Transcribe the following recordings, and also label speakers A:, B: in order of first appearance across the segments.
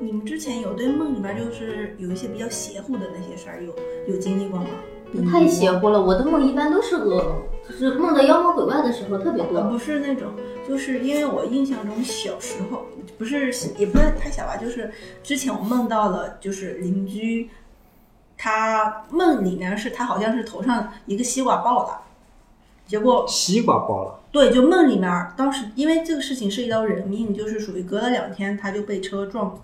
A: 你们之前有对梦里边就是有一些比较邪乎的那些事儿，有有经历过吗？
B: 嗯
A: 嗯
C: 不太邪乎了，我的梦一般都是噩梦，就是梦到妖魔鬼怪的时候特别
A: 呃，
B: 嗯
C: 多。
A: 不是那种，就是因为我印象中小时候不是也不是太小吧，就是之前我梦到了，就是邻居，他梦里面是他好像是头上一个西瓜爆了，结果
D: 西瓜爆了，
A: 对，就梦里面儿，当时因为这个事情涉及到人命，就是属于隔了两天他就被车撞，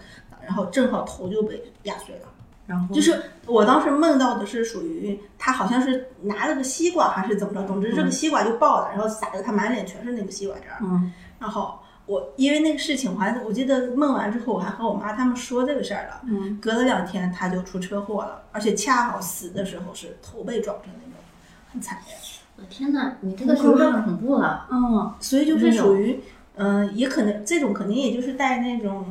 A: 然后正好头就被压碎了。
B: 然后
A: 就是我当时梦到的是属于他好像是拿了个西瓜还是怎么着，总之这个西瓜就爆了，然后撒的他满脸全是那个西瓜汁儿。
B: 嗯，
A: 然后我因为那个事情，我还我记得梦完之后，我还和我妈他们说这个事儿了。
B: 嗯，
A: 隔了两天他就出车祸了，而且恰好死的时候是头被撞成那种，很惨烈。
C: 我天哪，你这个是不是很恐怖啊了？
B: 嗯，
A: 所以就是属于，嗯、也可能这种肯定也就是带那种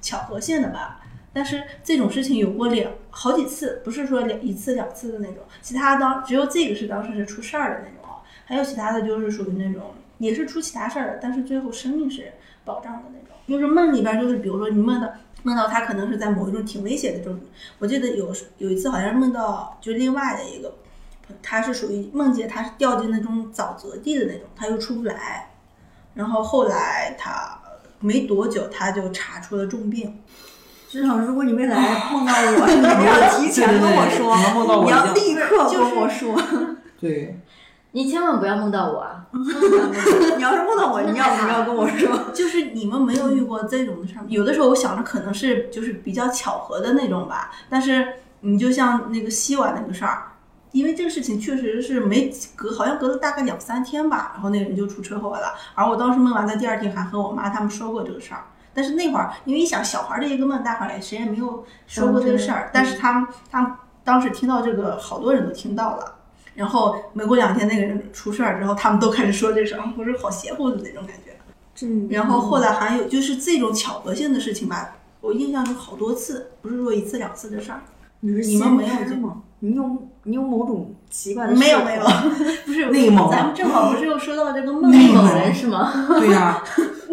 A: 巧合性的吧。但是这种事情有过两好几次，不是说两一次两次的那种，其他当只有这个是当时是出事儿的那种啊，还有其他的就是属于那种也是出其他事儿的，但是最后生命是保障的那种。就是梦里边就是比如说你梦到梦到他可能是在某一种挺危险的这种，我记得有有一次好像是梦到就另外的一个他是属于梦姐，他是掉进那种沼泽地的那种，他又出不来。然后后来他没多久，他就查出了重病。
B: 至少如果你未来碰到我，你不要提前跟我说，
D: 对对对你要碰到我
B: 你要
D: 一定
B: 立刻
A: 就
B: 哦跟
A: 是
B: 我说。
D: 对，
C: 你千万不要梦到我 啊！
B: 你要是碰到我，你要不要跟我说？
A: 就是你们没有遇过这种的事儿吗，有的时候我想着可能是就是比较巧合的那种吧，但是你就像那个西瓜那个事儿，因为这个事情确实是没几隔，好像隔了大概两三天吧，然后那个人就出车祸了，而我当时梦完的第二天还和我妈他们说过这个事儿。但是那会儿，因为你想小孩儿的一个梦，大伙儿也谁也没有说过这个事儿，但是他们他们当时听到这个，好多人都听到了。然后没过两天，那个人出事儿之后，他们都开始说这事儿，我说好邪乎的那种感觉。然后后来还有就是这种巧合性的事情吧，我印象中好多次，不是说一次两次的事儿。
B: 你是
A: 你们没有
B: 先知
A: 见
B: 吗？你有你有某种奇怪的
A: 没有
B: 嗜好
A: 没有，不是
D: 内蒙
A: 咱们正好不是又说到这个梦
D: 内
A: 吗
D: 蒙
C: 某人是吗？
D: 对呀、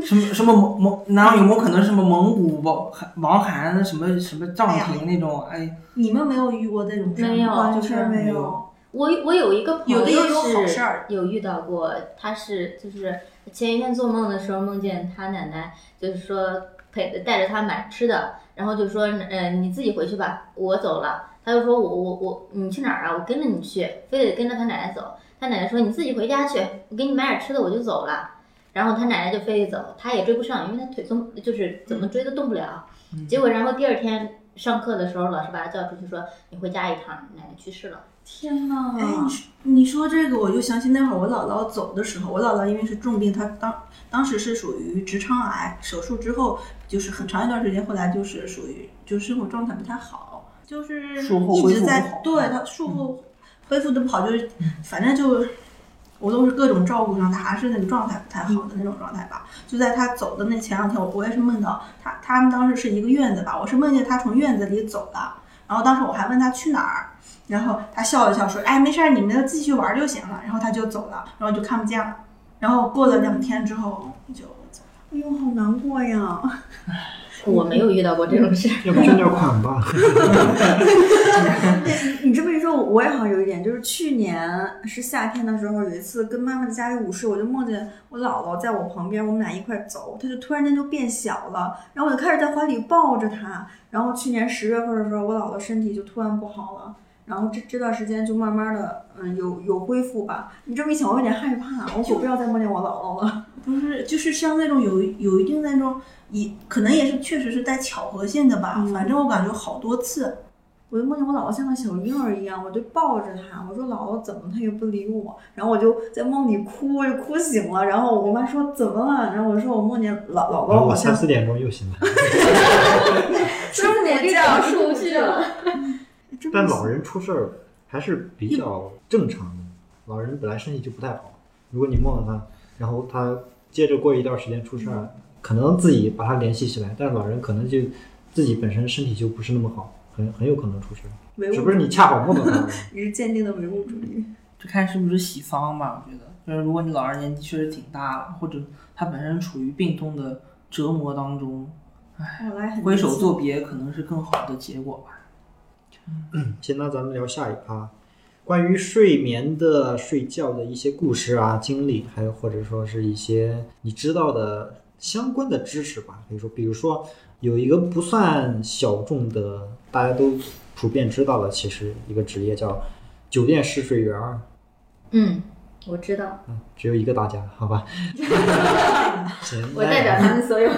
D: 什么什么蒙蒙，哪有有可能什么蒙古王王韩什么什么藏
A: 哎
D: 平那种？哎，
A: 你们没有遇过这种事儿吗？啊
C: 没有
B: 完
A: 就是
B: 全没
D: 没
B: 有。
D: 有，
C: 我我有一个朋
A: 有
C: 友
A: 的也有好
C: 是
A: 事儿
C: 有遇到过，他是就是前一天做梦的时候梦见他奶奶，就是说陪带着他买吃的，然后就说呃你自己回去吧，我走了。他就说我我我你去哪儿啊？我跟着你去，非得跟着他奶奶走。他奶奶说你自己回家去，我给你买点吃的我就走了。然后他奶奶就非得走，他也追不上，因为他腿松，就是怎么追都动不了。
A: 嗯
C: 结果然后第二天上课的时候，老师把他叫出去说你回家一趟，奶奶去世了。
B: 天哪！
A: 哎，你说你说这个，我就想起那会儿我姥姥走的时候，我姥姥因为是重病，她当当时是属于直肠癌手术之后，就是很长一段时间，后来就是属于就是生活状态不太好，就是
D: 术后
A: 一
D: 恢
A: 直
D: 复
A: 在
D: 不好嗯
A: 对她术后恢复的不好，就是反正就我都是各种照顾上，她还是那个状态不太好的那种状态吧。就在她走的那前两天，我我也是梦到她，他们当时是一个院子吧，我是梦见她从院子里走了，然后当时我还问她去哪儿。然后他笑了笑说：“哎，没事儿，你们继续玩就行了。”然后他就走了，然后就看不见了。然后过了两天之后就走了。
B: 哎呦，好难过呀！
C: 我没有遇到过这 种事。
E: 要不捐点款吧？
B: 你这么一说，我也好像有一点，就是去年是夏天的时候，有一次跟妈妈在家里舞狮，我就梦见我姥姥在我旁边，我们俩一块儿走，她就突然间就变小了，然后我就开始在怀里抱着她。然后去年十月份的时候，我姥姥身体就突然不好了，然后这这段时间就慢慢的，嗯，有有恢复吧。你这么一想，我有点害怕，我可不要再梦见我姥姥了。
A: 不是，就是像那种有有一定那种，也可能也是确实是带巧合性的吧。
B: 嗯
A: 反正我感觉好多次。
B: 我就梦见我姥姥像个小婴儿一样，我就抱着她，我说姥姥怎么她也不理我，然后我就在梦里哭，我就哭醒了，然后我妈说怎么了，然后我说我梦见姥姥姥
E: 然后
B: 哦好
E: 我
B: 像
E: 三四点钟又醒了，
B: 就是我这样出去 了，真
E: 但
B: 不
E: 老
B: 行
E: 人出事儿还是
B: 嗯
E: 比较正常的。老人本来身体就不太好，如果你梦到他，然后他接着过一段时间出事
B: 嗯
E: 儿，可能自己把他联系起来，但是老人可能就自己本身身体就不是那么好，很很有可能出事儿，
B: 唯物
E: 只不过你恰好梦到他了。
B: 你是坚定的唯物主义，
D: 就看是不是喜丧吧。我觉得，就是如果你老人年纪确实挺大了，或者他本身处于病痛的折磨当中，
B: 后来很
D: 挥手作别可能是更好的结果吧。
E: 行，那咱们聊下一趴，关于睡眠的、睡觉的一些故事啊、经历，还有或者说是一些你知道的相关的知识吧。比如说，比如说有一个不算小众的，大家都普遍知道的，其实一个职业叫酒店试睡员儿，
C: 嗯，我知道，
E: 嗯只有一个大家，好吧？行，
C: 我代表
E: 来
C: 他们所有。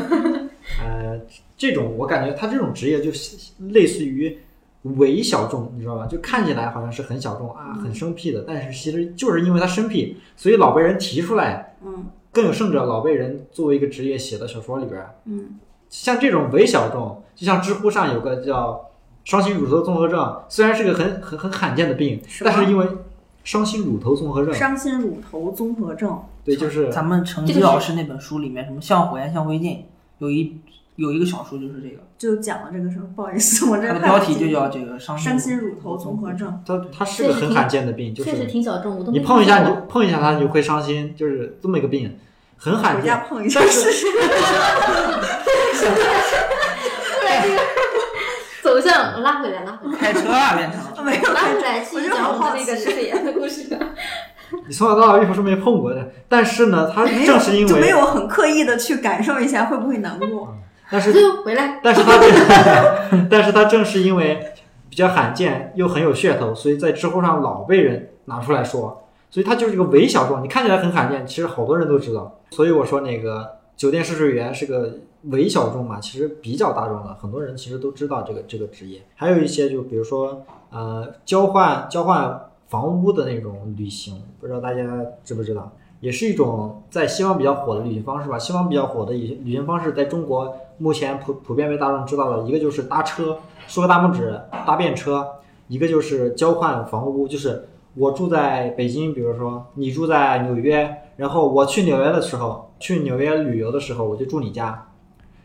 E: 呃，这种我感觉他这种职业就是类似于伪小众，你知道吧？就看起来好像是很小众啊，很生僻的，但是其实就是因为它生僻，所以老被人提出来。
B: 嗯
E: 更有甚者，老被人作为一个职业写的小说里边儿，
B: 嗯
E: 像这种伪小众，就像知乎上有个叫双型乳头综合症，虽然是个很很很罕见的病，
B: 什么
E: 但是因为双型乳头综合症，
B: 伤心乳头综合症，
E: 对，就是
D: 咱们程
C: 这
D: 基
C: 个是
D: 老师那本书里面，什么像火焰像灰烬，有一有一个小说就是这个，
B: 就讲了这个事儿。不好意思，我这
D: 它的
B: 看
D: 标
B: 不
D: 题
B: 清
D: 就叫这个伤
B: 伤心乳头综合。症。
E: 它它是个很罕见的病，就
C: 确实
E: 是
C: 挺小众，我都没
E: 你碰一下
C: 听
E: 你
C: 过
E: 就碰一下它，你就会伤心，就是这么一个病，很罕
B: 回家
E: 见。
B: 碰一下试试。
C: 走向拉回来，拉 回来，
D: 开车啊，变成
B: 没有，
C: 拉回来，
B: 我
C: 继续
B: 就
C: 讲
B: 很
C: 我们
B: 好
C: 那个
B: 奇
C: 狮子岩的故 事。啊
E: 你从小到大又不是没碰过的，但是呢，它
B: 没
E: 正
B: 有
E: 是因
B: 就没有
E: 为，
B: 很刻意的去感受一下会不会难过。
E: 但是
C: 就回来，
E: 但是它正， 但是它正是因为比较罕见又很有噱头，所以在知乎上老被人拿出来说，所以它就是一个伪小众。你看起来很罕见，其实好多人都知道。所以我说那个酒店试睡员是个伪小众嘛，其实比较大众了，很多人其实都知道这个这个职业。还有一些就比如说呃交换交换房屋的那种旅行，不知道大家知不知道？也是一种在西方比较火的旅行方式吧。西方比较火的旅旅行方式，在中国目前普普遍被大众知道的一个就是搭车，竖个大拇指搭便车；一个就是交换房屋，就是我住在北京，比如说你住在纽约，然后我去纽约的时候，去纽约旅游的时候，我就住你家。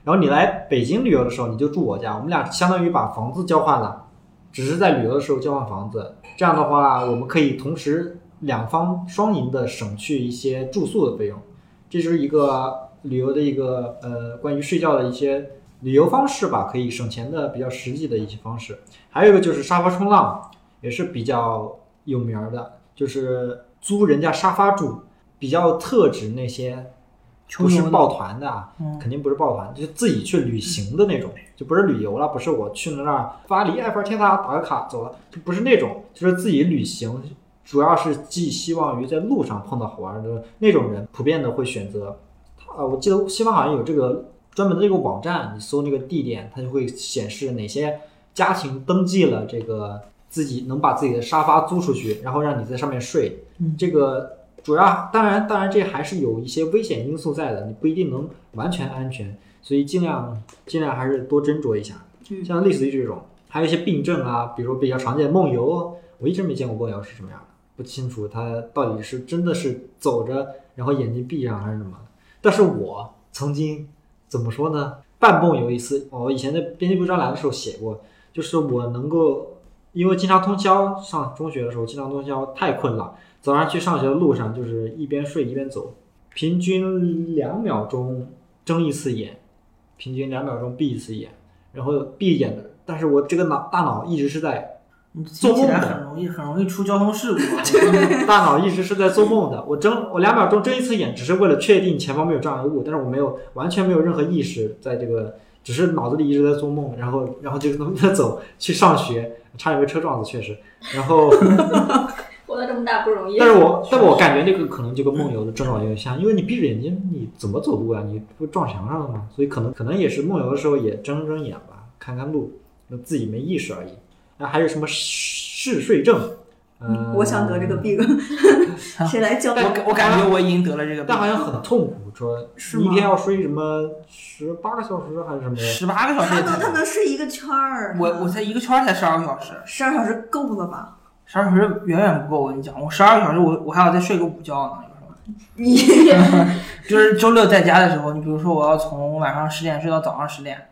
E: 然后你来北京旅游的时候，你就住我家，我们俩相当于把房子交换了，只是在旅游的时候交换房子。这样的话，我们可以同时两方双赢的省去一些住宿的费用。这就是一个旅游的一个呃，关于睡觉的一些旅游方式吧，可以省钱的比较实际的一些方式。还有一个就是沙发冲浪，也是比较有名儿的，就是租人家沙发住，比较特指那些不
D: 穷
E: 是
D: 游的
E: 抱团的啊，
D: 嗯，
E: 肯定不是抱团，就是自己去旅行的那种，就不是旅游了，不是我去那儿巴黎埃菲尔铁塔打个卡走了，就不是那种，就是自己旅行，主要是寄希望于在路上碰到好玩的那种人，普遍的会选择。啊，我记得西方好像有这个专门的这个网站，你搜那个地点，它就会显示哪些家庭登记了这个自己能把自己的沙发租出去，然后让你在上面睡。
D: 嗯
E: 这个主要当然当然这还是有一些危险因素在的，你不一定能完全安全，所以尽量尽量还是多斟酌一下。
B: 嗯
E: 像类似于这种，还有一些病症啊，比如说比较常见的梦游，我一直没见过梦游是什么样的，不清楚它到底是真的是走着然后眼睛闭上还是什么。但是我曾经怎么说呢？半梦游一次，哦我以前在编辑部专栏的时候写过，就是我能够，因为经常通宵，上中学的时候经常通宵，太困了。早上去上学的路上，就是一边睡一边走，平均两秒钟睁一次眼，平均两秒钟闭一次眼，然后闭眼的，但是我这个脑大脑一直是在
D: 你听起来很容易，很容易出交通事故 啊。
E: 大脑一直是在做梦的。我睁我两秒钟睁一次眼，只是为了确定前方没有障碍物，但是我没有完全没有任何意识，在这个只是脑子里一直在做梦，然后然后就那么地走去上学，差点被车撞死，确实。然后，
C: 活到这么大不容易
E: 但。是我但我感觉这个可能就跟梦游的症状有点像，因为你闭着眼睛，你怎么走路啊？你不撞墙上了吗？所以可能可能也是梦游的时候也睁睁眼吧，看看路，那自己没意识而已。那还有什么嗜睡症？嗯，
B: 我想得这个 病，谁来教
D: 我
B: 我？
D: 感我感觉我已经得了这个病
E: 但好，像很痛苦，说
B: 是
E: 一
B: 吗
E: 天要睡什么十八个小时还是什么的，
D: 十八个小时
B: 他
D: 也
B: 能他
D: 太
B: 能睡一个圈儿，啊
D: 我我才一个圈儿才十二个小时，
B: 十二小时够了 吧？
D: 十二小时远远不够。我跟你讲，我十二个小时我我还要再睡个午觉呢。有时候
B: 你
D: 就是周六在家的时候，你比如说我要从晚上十点睡到早上十点，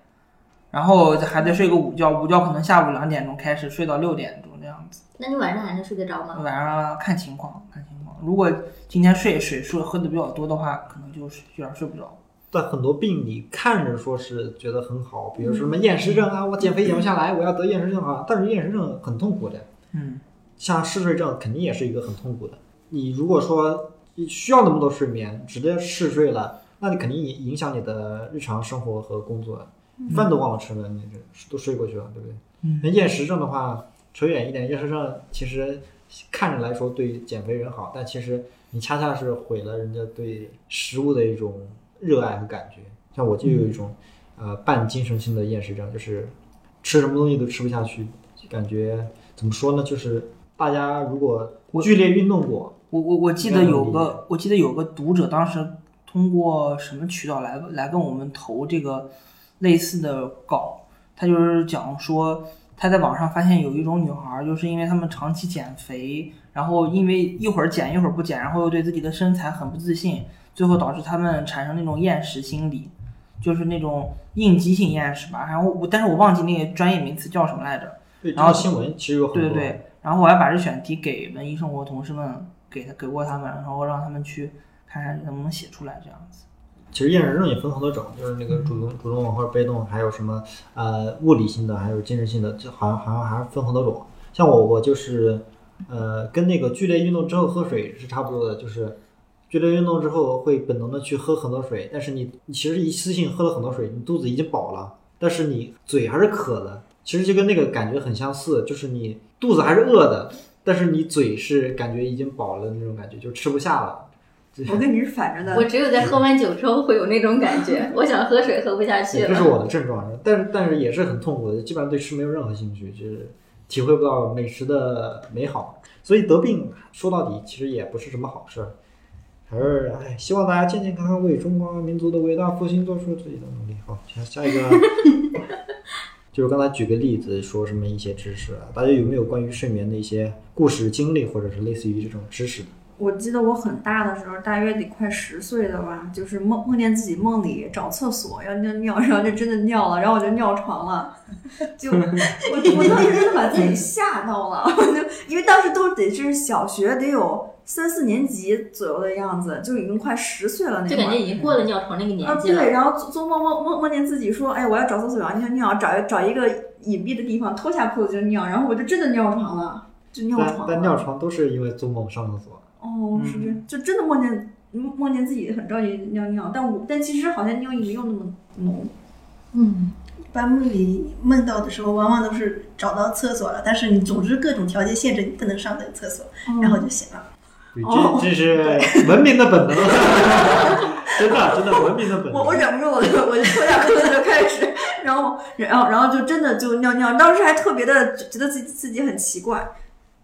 D: 然后还得睡个午觉，午觉可能下午两点钟开始，睡到六点钟这样子。
C: 那你晚上还能睡得着吗？
D: 晚上看情况，看情况。如果今天睡水睡喝的比较多的话，可能就有点睡不着。
E: 在很多病你看着说是觉得很好，比如说什
B: 嗯
E: 么厌食症啊，我减肥减不下来，我要得厌食症啊，但是厌食症很痛苦的，
D: 嗯，
E: 像嗜睡症肯定也是一个很痛苦的。你如果说需要那么多睡眠，直接嗜睡了，那你肯定影影响你的日常生活和工作，饭都忘了吃了，你这都睡过去了，对不对？
D: 嗯
E: 那厌食症的话，扯远一点，厌食症其实看着来说对减肥人好，但其实你恰恰是毁了人家对食物的一种热爱和感觉。像我就有一种、呃半精神性的厌食症，就是吃什么东西都吃不下去，感觉怎么说呢？就是大家如果剧烈运动过，
D: 我我我记得有
E: 没有理
D: 个，我记得有个读者当时通过什么渠道来来跟我们投这个类似的稿，他就是讲说他在网上发现有一种女孩儿，就是因为她们长期减肥，然后因为一会儿减一会儿不减，然后又对自己的身材很不自信，最后导致她们产生那种厌食心理，就是那种应激性厌食吧。然后我但是我忘记那个专业名词叫什么来着。
E: 对这
D: 然后
E: 个新闻其实有很
D: 对
E: 多
D: 对对，然后我还把这选题给文艺生活同事们给他给过他们，然后让他们去看看能不能写出来这样 子。
E: 其实厌食症也分很多种，就是那个主动、主动或者被动，还有什么呃物理性的，还有精神性的，这好像好像还分很多种。像我我就是呃跟那个剧烈运动之后喝水是差不多的，就是剧烈运动之后会本能的去喝很多水，但是你你其实一次性喝了很多水，你肚子已经饱了，但是你嘴还是渴的，其实就跟那个感觉很相似，就是你肚子还是饿的，但是你嘴是感觉已经饱了那种感觉，就吃不下了。这
B: 我跟你是反着
C: 我
B: 的，
C: 只有在喝完酒之后会有那种感觉，我想喝水喝不下去
E: 对，这是
C: 了。
E: 我的症状，但是但是也是很痛苦的，基本上对吃没有任何兴趣，就是体会不到美食的美好，所以得病说到底其实也不是什么好事儿，还是哎，希望大家健健康康为中华民族的伟大复兴做出自己的努力。好，下下一 个，就是刚才举个例子说什么一些知识啊，大家有没有关于睡眠的一些故事经历，或者是类似于这种知识的？
B: 我记得我很大的时候，大约得快十岁了吧，就是梦梦见自己梦里找厕所要尿尿，然后就真的尿了，然后我就尿床了， 就我我当时真的把自己吓到了， 我就因为当时都得是小学得有三四年级左右的样子，就已经快十岁了那会
C: 就
B: 儿，
C: 感觉已经过了尿床那个
B: 啊，
C: 年纪了。
B: 对，然后做做梦梦梦梦见自己说，哎，我要找厕所，然后尿尿，找一找一个隐蔽的地方，脱下裤子就尿，然后我就真的尿床了，就尿
E: 但
B: 床了。啊
E: 但尿床嗯都是因为做梦上厕所。
B: 哦，是这样，就真的梦见梦梦见自己很着急尿尿，但我但其实好像尿意没有那么浓。
C: 嗯，
A: 一般梦里梦到的时候，往往都是找到厕所了，但是你总之各种条件限制，你不能上那个厕所，
C: 嗯
B: 嗯
A: 然后就醒了。
E: 对，
B: 哦
E: 这这是文明的 本能，真的真的文明的本
B: 我我
E: 能。
B: 忍不住我就我就脱下裤子就开始，然后然后然后就真的就尿尿，当时还特别的觉得自己自己很奇怪，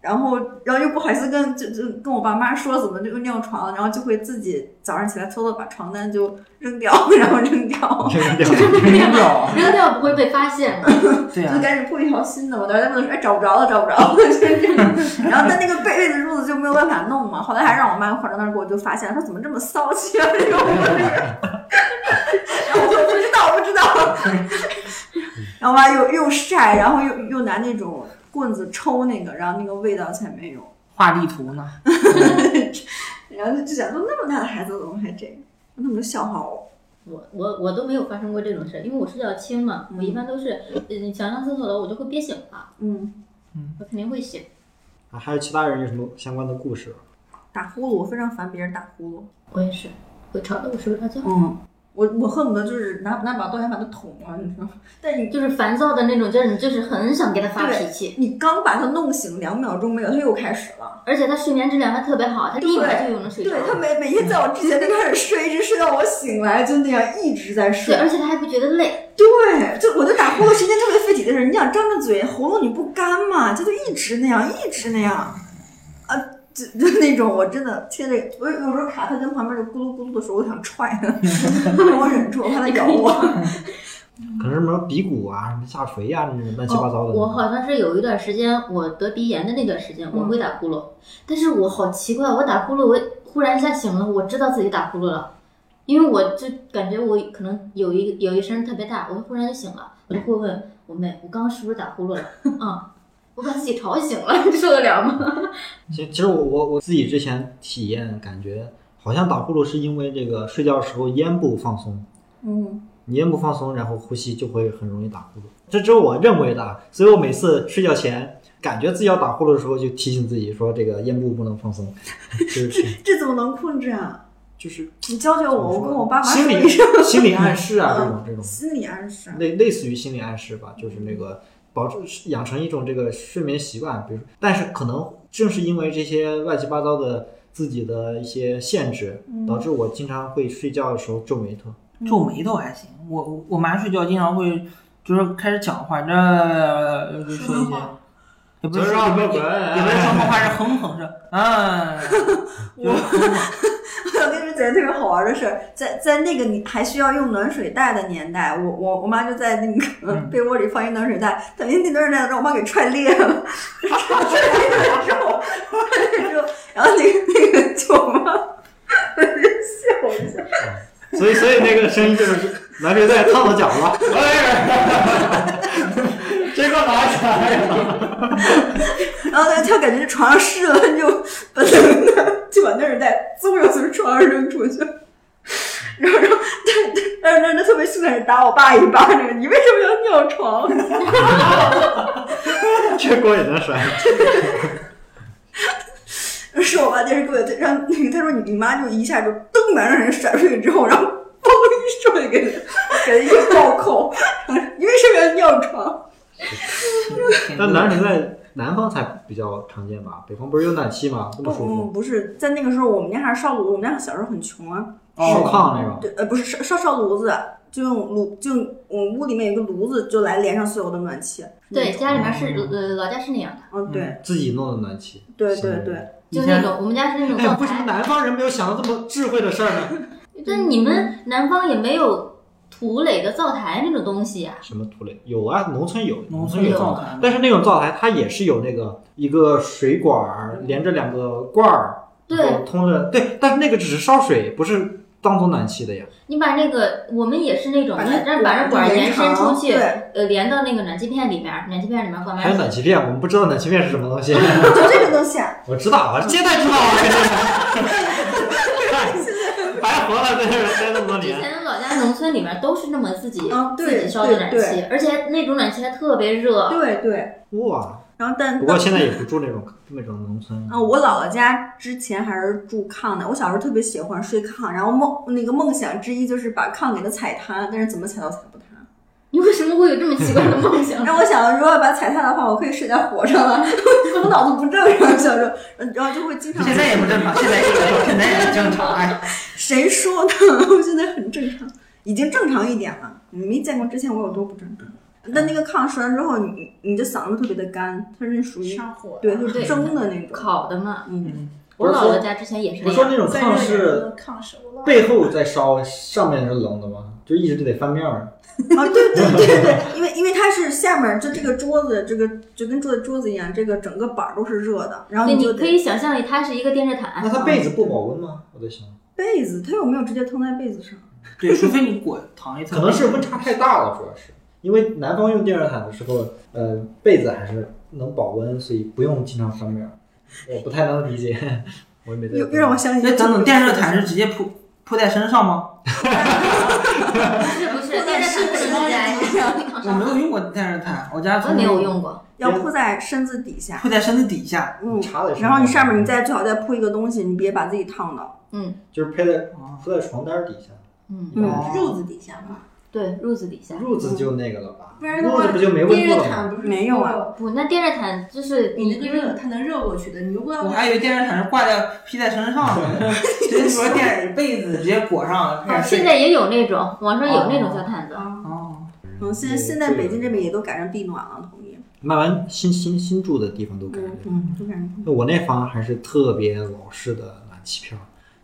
B: 然后然后又不好意思跟就就跟我爸妈说怎么就尿床了，然后就会自己早上起来偷偷把床单就扔掉， 然后扔掉，
E: 这个掉
D: 扔掉，
C: 扔掉不会被发现吗？
D: 对啊呀、
B: 就赶紧铺一条新的。我当时在问说，哎，找不着了，找不着了， 就是这样。然后但那个被被子褥子就没有办法弄嘛，后来还让我妈化妆那儿给我就发现，说怎么这么骚气啊， 这种味儿。然后我就不知道， 不知道。然后我妈又又晒，然后又又拿那种棍子抽那个，然后那个味道才没有。
D: 画地图呢。
B: 然后就就想说，那么大的孩子怎么还这样？他们就笑话我。
C: 我我我都没有发生过这种事，因为我睡觉轻嘛，我一般都是，嗯，想上厕所了我就会憋醒了，
B: 嗯，
C: 我肯定会醒。
E: 啊，还有其他人有什么相关的故事？
B: 打呼噜，我非常烦别人打呼噜。
C: 我也是，会吵得我睡不着觉，
B: 嗯，我我恨不得就是拿拿把刀想把他捅了，你知道吗？但你
C: 就是烦躁的那种，就是你就是很想给他发
B: 对
C: 脾气，
B: 你刚把他弄醒两秒钟没有，他又开始了。
C: 而且他睡眠质量还特别好，他立马
B: 对
C: 就又能睡着。
B: 对他每每天在我之前就开始睡，一直睡到我醒来，就那样一直在
C: 对，而
B: 睡。
C: 且他还不觉得累，
B: 对，就我就打呼噜是一件特别费体的事儿。你想张着嘴，喉咙你不干嘛？这就一直那样，一直那样，啊，就 就那种我真的贴着，我有时候卡他跟旁边就咕噜咕噜的时候，我想踹他， 我忍住，我怕他咬我。
E: 可能什么鼻骨啊、什么下垂呀、那种乱七八糟
C: 哦
B: 哦
E: 的。
C: 我好像是有一段时间，我得鼻炎的那段时间，
E: 嗯
C: 我会打呼噜，但是我好奇怪，我打呼噜，我忽然一下醒了，我知道自己打呼噜了，因为我就感觉我可能有一有一声特别大，我忽然就醒了，我就会问我妹，我刚刚是不是打呼噜了？啊、我把自己吵醒了，你受得了吗？
E: 其其实我我我自己之前体验感觉，好像打呼噜是因为这个睡觉时候咽部放松，
B: 嗯，
E: 你咽部放松，然后呼吸就会很容易打呼噜。这只是我认为的，啊，所以我每次睡觉前感觉自己要打呼噜的时候，就提醒自己说这个咽部不能 放松， 就是
B: 这怎么能控制啊？
E: 就是
B: 你教教我，
E: 怎么说
B: 我跟我爸妈
E: 心
B: 说
E: 理
B: 一声。嗯
E: 心理暗示啊，这种这种
B: 心理暗示，
E: 类类似于心理暗示吧，就是那个保持养成一种这个睡眠习惯，比如，但是可能正是因为这些乱七八糟的自己的一些限制，
B: 嗯
E: 导致我经常会睡觉的时候皱眉头。
D: 嗯皱眉头还行。我我妈睡觉经常会就是开始讲话，这呃说一些，也不是
E: 就是
D: 说
E: 让
D: 也
E: 我
D: 不是
E: 们
D: 也不是说梦话，是哼哼是 啊，
B: 我跟你说，觉得特别好玩的事儿，在在那个你还需要用暖水袋的年代，我我我妈就在那个
D: 嗯
B: 被窝里放一暖水袋，等于那暖水袋让我妈给踹裂了，踹裂了之后，踹裂之后，然后那个那个舅妈，我就笑一下。
E: 所以所以那个声音就是男水在烫到脚 了，哎 这个拿起来呀！
B: 然后他他感觉床上湿了，他就把那个就把那儿带嗖着从床上扔出去。然后，然后，但但但是他特别凶的是打我爸一巴掌，你为什么要尿床？
E: 这锅也能甩。
B: 说我爸电视柜，他让那个他说你你妈就一下就噔把让人甩出去之后，然 后嘣一下就给他给他一个暴扣，你为什么要尿床？
D: 挺
E: 但男水在南方才比较常见吧？北方不是有暖气吗？这么舒
B: 不
E: 服，
B: 不是，在那个时候我们家还是烧炉，我们家小时候很穷啊，
E: 烧炕那种。
B: 对，呃，不是烧烧烧炉子，就用炉，就我屋里面有个炉子，就来连上所有的暖气。
C: 对，家里面是呃老家是那样的，
B: 嗯，对，
E: 嗯，自己弄的暖气。
B: 对
E: 相当
B: 对
E: 于
B: 对，
C: 就那种我们家是那种灶
E: 哎，为什么
C: 台。
E: 南方人没有想到这么智慧的事儿呢？
C: 但你们南方也没有土垒的灶台那种东西啊，
E: 什么土垒？有啊，农村有，
D: 农
E: 村
D: 村
E: 有
D: 有
E: 灶
D: 灶
E: 台，
D: 台，
E: 但是那种灶台它也是有那个一个水管儿连着两个罐儿，
C: 对
E: 然后通着对，但是那个只是烧水，不是当做暖气的呀。
C: 你把那个我们也是那种
B: 把那
C: 的，让把这管
B: 管
C: 儿
B: 儿
C: 延伸出去，
B: 延长
C: 呃，连到那个暖气片里面，暖气片里面挂满
E: 还有
C: 水。
E: 暖气片，我们不知道暖气片是什么东西。
B: 就这个东西啊，
E: 我知道，我现在知道了。白活了，在这儿待那么多
C: 之
E: 年。
C: 前老家农村里面都是那么自己
B: 啊
C: 自己
B: 对
C: 烧的暖
B: 对对
C: 气，而且那种暖气还特别热。
B: 对对。
E: 哇！
B: 然后但
E: 不过现在也不住那种那种农村。
B: 啊，我姥姥家之前还是住炕的，我小时候特别喜欢睡炕，然后梦那个梦想之一就是把炕给它踩塌，但是怎么踩都踩不塌。
C: 你为什么会有这么奇怪的梦想？
B: 然后我想，如果把它踩塌的话，我可以睡在火上了。 我脑子不正常，小时候，然后就会经常
D: 现在也不正常，现在也现在也不正常， 哎，
B: 谁说的？ 我现在很正常，已经正常一点了。你没见过之前我有多不正常？但那个炕睡完之后，你你的嗓子特别的干，它是属于
A: 上火了
B: 对，就是
C: 对
B: 蒸的那种。
C: 烤的嘛，
B: 嗯，
E: 不
C: 我
E: 是说
C: 姥姥家之前也是
E: 我
C: 那
E: 说
C: 样。
E: 那种
A: 在
E: 炕是
A: 炕熟了，
E: 背后在烧，上面是冷的吗？就一直就得翻面儿。
B: 啊，对对对对，因为因为它是下面就这个桌子，这个就跟桌子桌子一样，这个整个板儿都是热的，然后
C: 对，
B: 你
C: 你
B: 就
C: 可
B: 得
C: 以想象力，它是一个电热
E: 那
C: 毯，
E: 它被子不保温吗？我在想，
B: 被子，它有没有直接腾在被子上？
D: 对，除非你裹躺一层，
E: 可能是温差太大了，主要是因为南方用电热毯的时候，呃，被子还是能保温，所以不用经常翻面儿。我不太能理解， 我也没在。
B: 又又让我想起
D: 那等等，电热毯是直接铺铺在身上吗？
C: 不是不是啊
B: 铺在
C: 电热
B: 身
C: 毯不
B: 子
C: 能在
B: 底下
C: 你 躺
D: 我没有
C: 上，
D: 用过电热毯，我家
C: 我也啊没有用过。
B: 要铺在身子底下，
D: 铺在身子底下，
B: 嗯，
E: 插在身上
B: 然后你上面你再最好再铺一个东西，你别把自己烫到。
E: 就是配在
D: 哦
E: 铺在床单底下，
C: 嗯，
B: 嗯
D: 哦
A: 褥子底下吧，
C: 对，褥子底下。
E: 褥子就那个了吧？
A: 不然的话
E: 褥子不就没温
A: 电
E: 度
A: 热
E: 了吗？
A: 毯不是
B: 没有啊，
C: 不，那电热毯就是
A: 你
C: 你
A: 那个
C: 因为
A: 热它能热过去的，你如果要
D: 我还以为电热毯是挂在披在身上 的，直接说电被子直接裹上开
C: 哦，
D: 始
C: 现
D: 睡。
C: 在也有那种网上有那种小毯子，
A: 啊，
D: 哦，
B: 嗯，现在现在北京这边也都改成地暖了，统一。
E: 慢慢新新新住的地方都改
B: 嗯
E: 了。
B: 嗯，都改成
E: 我那房还是特别老式的暖气片儿，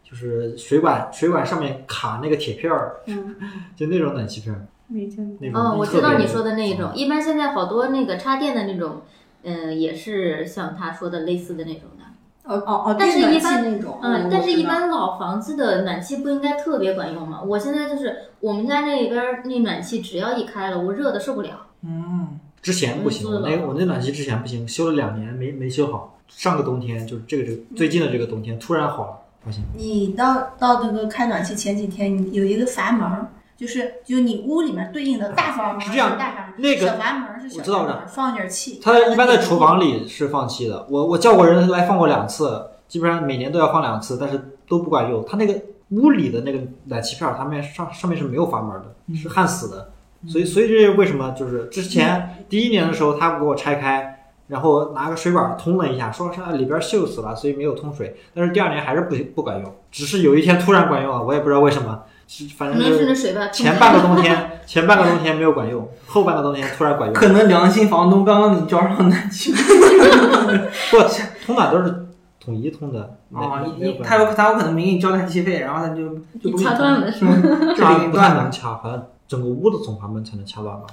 E: 就是水管水管上面卡那个铁片儿，
B: 嗯，
E: 就那种暖气片儿，
B: 没见过。
E: 那种。
C: 嗯，我知道你说的那一种
E: 嗯，。
C: 一般现在好多那个插电的那种，嗯，也是像他说的类似的那种的。
B: 哦哦哦，
C: 但是
B: 电暖
C: 一般
B: 气那种，
C: 嗯
B: 我，
C: 但是一。
B: 我知道
C: 般老房子的暖气不应该特别管用吗？我现在就是我们家那边儿那暖气，只要一开了，我热的受不了。
D: 嗯，
E: 之前不
C: 嗯
E: 行，我
C: 是
E: 那
C: 的
E: 我那暖气之前不行，修了两年没没修好。上个冬天就是这个这个最近的这个冬天突然好了，发现
A: 你到到那个开暖气前几天，你有一个阀门儿，就是就是你屋里面对应的大房门
E: 是这样
A: 大房门，
E: 那个
A: 小阀门是小
E: 我知
A: 阀
E: 道
A: 门，放一点气。
E: 它一般在厨房里是放气的，我我叫过人来放过两次，基本上每年都要放两次，但是都不管用。它那个屋里的那个暖气片儿，它面上上面是没有阀门的，
D: 嗯
E: 是焊死的。所以所以这是为什么？就是之前第一年的时候，他给我拆开，然后拿个水管通了一下，说是啊里边锈死了，所以没有通水。但是第二年还是不不管用，只是有一天突然管用了，我也不知道为什么，是反
D: 嗯
C: 可
E: 正
C: 能
E: 就是是
C: 那水吧，
E: 前半个冬天前半个冬天没有管用，后半个冬天突然管用。
D: 可能良心房东刚刚你交上暖气费
E: 不，通暖都是统一通的没
D: 啊，
E: 没
D: 你
E: 没有
D: 你
E: 管
D: 他
E: 用
D: 有他有可能没给你交暖气费，然后他就就
C: 你
D: 不给
C: 掐
D: 你
C: 断了
D: 是吗？
E: 这
D: 就给
E: 样
D: 你
E: 不
D: 断
E: 太能
D: 了，嗯
E: 掐，好像整个屋子总阀门才能掐断吧？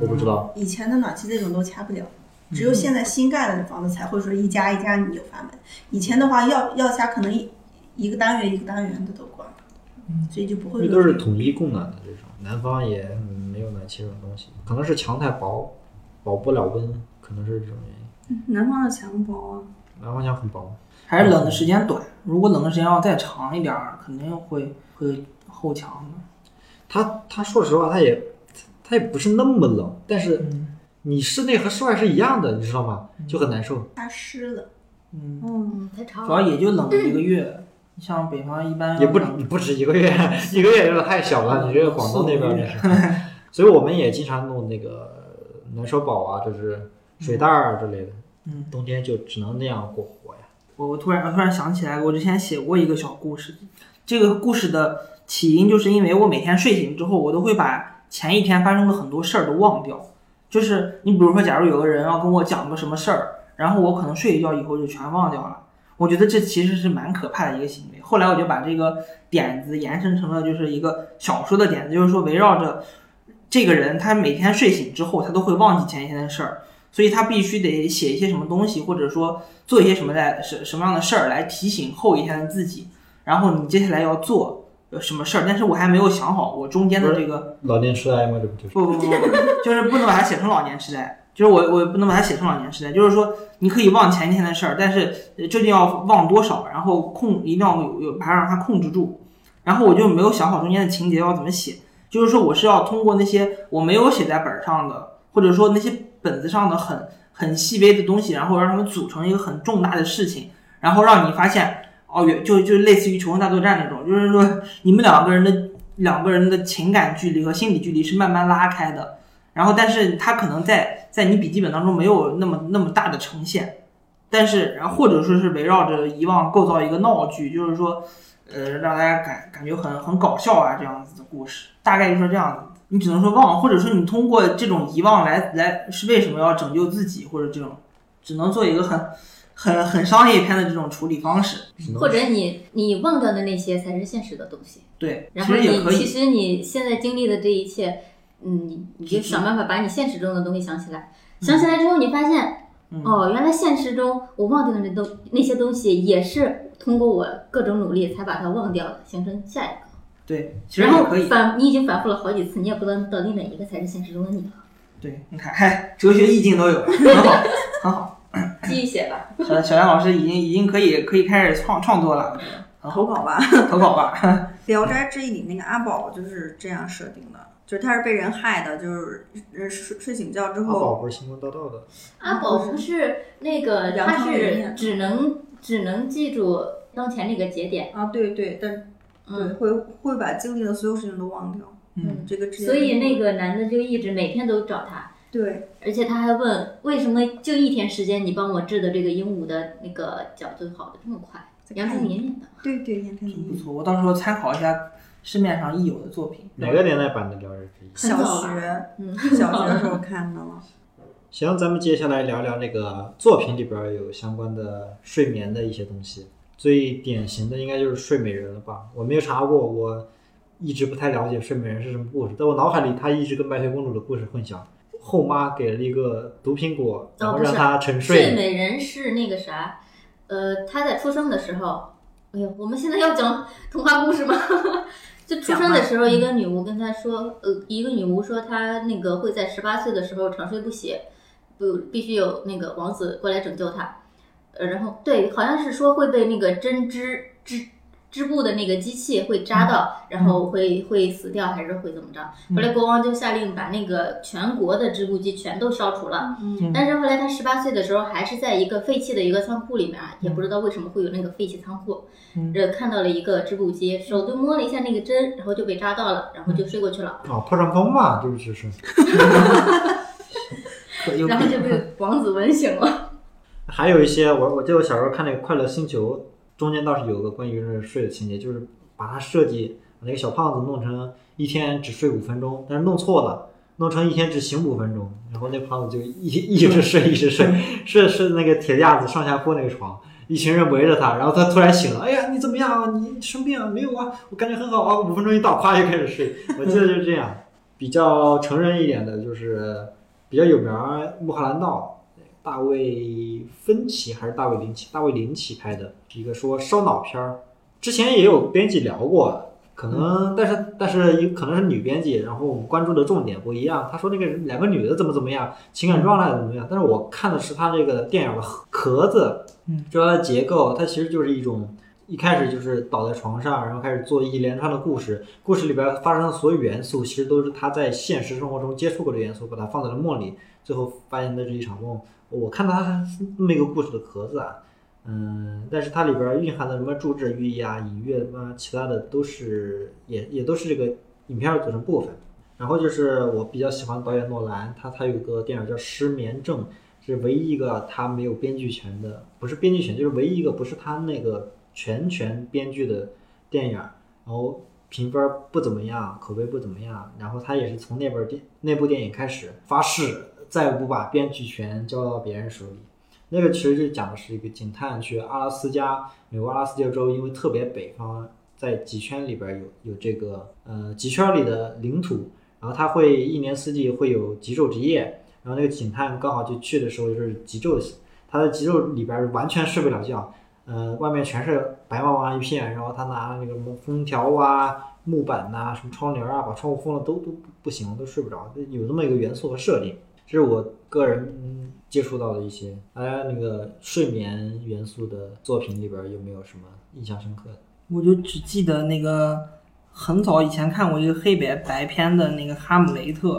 E: 我不知道。
A: 以前的暖气这种都掐不了，
E: 嗯
A: 只有现在新盖的房子才会说一家一家你有阀门。以前的话要要掐，可能一一个单元一个单元的都关，所以就不
E: 因
A: 会
E: 为
A: 有
E: 嗯都是统一供暖的这种，南方也没有暖气这种东西，可能是墙太薄，保不了温，可能是这种原因。
B: 南方的墙薄啊，
E: 南方墙很薄，
D: 还是冷的时间短。如果冷的时间要再长一点儿，肯定会会后墙的。
E: 它它说实话，它也它也不是那么冷，但是
D: 嗯
E: 你室内和室外是一样的，你知道吗？就很难受。
A: 擦湿了。
D: 嗯，
B: 嗯，
C: 嗯，太长
D: 主要
C: 了。
D: 也就冷一个月。像北方一般
E: 也不
D: 冷
C: 嗯
E: 不止一个月，一个月有点太小了。你这个广东那边儿那是，所以我们也经常弄那个暖手宝啊，就是水袋儿啊之类的。
D: 嗯，
E: 冬天就只能那样过活呀。
D: 我我突然我突然想起来，我之前写过一个小故事，这个故事的起因就是因为我每天睡醒之后，我都会把前一天发生的很多事儿都忘掉。就是你比如说，假如有个人要跟我讲个什么事儿，然后我可能睡一觉以后就全忘掉了。我觉得这其实是蛮可怕的一个行为。后来我就把这个点子延伸成了就是一个小说的点子，就是说围绕着这个人，他每天睡醒之后，他都会忘记前一天的事儿，所以他必须得写一些什么东西，或者说做一些什么在什什么样的事儿来提醒后一天的自己，然后你接下来要做呃什么事儿，但是我还没有想好我中间的这个
E: 老年痴呆嘛，这不就是？
D: 不不不不， 就是不能把它写成老年痴呆，就是我我不能把它写成老年痴呆，就是说你可以忘前一天的事儿，但是呃究竟要忘多少，然后控一定要有有把它让它控制住，然后我就没有想好中间的情节要怎么写，就是说我是要通过那些我没有写在本儿上的，或者说那些本子上的很很细微的东西，然后让他们组成一个很重大的事情，然后让你发现哦，原就就类似于《求婚大作战》那种，就是说你们两个人的两个人的情感距离和心理距离是慢慢拉开的，然后但是它可能在在你笔记本当中没有那么那么大的呈现，但是然后或者说是围绕着遗忘构造一个闹剧，就是说呃让大家感感觉很很搞笑啊这样子的故事，大概就是这样子。你只能说忘，或者说你通过这种遗忘来来是为什么要拯救自己，或者这种，只能做一个很很很商业片的这种处理方式。
E: 只
C: 嗯
E: 能
C: 或者你你忘掉的那些才是现实的东西，
D: 对，
C: 然
D: 其
C: 后
D: 实也
C: 你
D: 可
C: 其
D: 以。
C: 实你现在经历的这一切，嗯，你你就想办法把你现实中的东西想起来，想起来之后你发现
D: 嗯，
C: 哦，原来现实中我忘掉的那东那些东西，也是通过我各种努力才把它忘掉的，形成下一个。
D: 对，其实
C: 然
D: 也
C: 后
D: 可以。
C: 反你已经反复了好几次，你也不知道到底哪一个才是现实中的你。
D: 对，你看，嗨，哲学意境都有，很好，很好。
C: 继续写吧，
D: 小小杨老师已经已经可以可以开始创创作了，我觉得
B: 投稿吧。
D: 投稿吧。
B: 《聊斋志异》里那个阿宝就是这样设定的，就是他是被人害的，就是呃睡睡醒觉之
E: 阿宝
B: 后，
E: 不是星光大道的，
C: 阿宝不是那 个，
B: 杨
C: 他
B: 康林
C: 是
B: 演
C: 只能只能记住当前这个节点，
B: 啊，对对，但对
C: 嗯，
B: 会会把经历的所有事情都忘掉。
D: 嗯，
B: 这个职业
C: 所以那个男的就一直每天都找他，
B: 对
C: 而且他还问为什么就一天时间你帮我治的这个鹦鹉的那个脚就好的这么快，杨丞琳演的。
B: 对对，严天
D: 真
C: 嗯
D: 不
B: 林
D: 错，我到时候参考一下市面上已有的作品。
E: 哪个年代版的《聊斋志异》？
C: 很
B: 小
C: 早了
B: 学
C: 嗯，
B: 小学的时候看的了，
E: 行，咱们接下来聊聊那个作品里边儿有相关的睡眠的一些东西。最典型的应该就是睡美人了吧？我没有查过，我一直不太了解睡美人是什么故事，在我脑海里她一直跟白雪公主的故事混淆。后妈给了一个毒苹果，然后
C: 哦不是
E: 让她沉
C: 睡
E: 睡。
C: 美人是那个啥，呃，她在出生的时候，哎呦，我们现在要讲童话故事吗？ 就出生的时候，一个女巫跟她说，呃，一个女巫说她那个会在十八岁的时候长睡不醒，不必须有那个王子过来拯救她。呃，然后对，好像是说会被那个针织织织布的那个机器会扎到，然后会会死掉还是会怎么着？后来国王就下令把那个全国的织布机全都烧除了。
D: 嗯
C: 但是后来他十八岁的时候，还是在一个废弃的一个仓库里面，啊也不知道为什么会有那个废弃仓库，
D: 嗯
C: 呃，看到了一个织布机，手就摸了一下那个针，然后就被扎到了，然
D: 嗯
C: 后就睡过去了，
E: 啊，破绽风嘛，这不就是
D: 可有
C: 然后就被王子吻醒 了。
E: 还有一些，我我记得我小时候看那个《快乐星球》，中间倒是有个关于那睡的情节，就是把他设计把那个小胖子弄成一天只睡五分钟，但是弄错了，弄成一天只醒五分钟，然后那胖子就一一直睡一直睡，睡睡那个铁架子上下铺那个床。一群人围着他，然后他突然醒了，哎呀，你怎么样啊？你生病啊？没有啊，我感觉很好啊。五分钟一到，咵就开始睡。我记得就是这样。比较成人一点的，就是比较有名儿，穆赫兰道，大卫芬奇还是大卫林奇？大卫林奇拍的一个说烧脑片儿，之前也有编辑聊过，可能但是但是也可能是女编辑，然后我们关注的重点不一样。他说那个人两个女的怎么怎么样，情感状态怎么怎么样，但是我看的是他这个电影的壳子，
D: 嗯，
E: 就它的结构，它其实就是一种。一开始就是倒在床上，然后开始做一连串的故事。故事里边发生的所有元素，其实都是他在现实生活中接触过的元素，把它放在了梦里，最后发现那是一场梦。我看它是这么一个故事的壳子啊，嗯，但是它里边蕴含的什么注释寓意啊、隐喻啊，其他的都是也也都是这个影片的组成部分。然后就是我比较喜欢导演诺兰，他他有个电影叫《失眠症》，是唯一一个他没有编剧权的，不是编剧权，就是唯一一个不是他那个全权编剧的电影儿。然后评分不怎么样，口碑不怎么样。然后他也是从那本电那部电影开始发誓，再不把编剧权交到别人手里。那个其实就讲的是一个警探去阿拉斯加，美国阿拉斯加州，因为特别北方，在极圈里边有有这个呃极圈里的领土，然后他会一年四季会有极昼之夜，然后那个警探刚好就去的时候就是极昼，他在极昼里边完全睡不了觉，呃，外面全是白茫茫一片，然后他拿那个什么封条啊、木板呐、什么窗帘啊，把窗户封了都都不不行，都睡不着，有这么一个元素和设定，这是我个人、嗯、接触到的一些。大家那个睡眠元素的作品里边有没有什么印象深刻的？
D: 我就只记得那个很早以前看过一个黑白白片的那个《哈姆雷特》，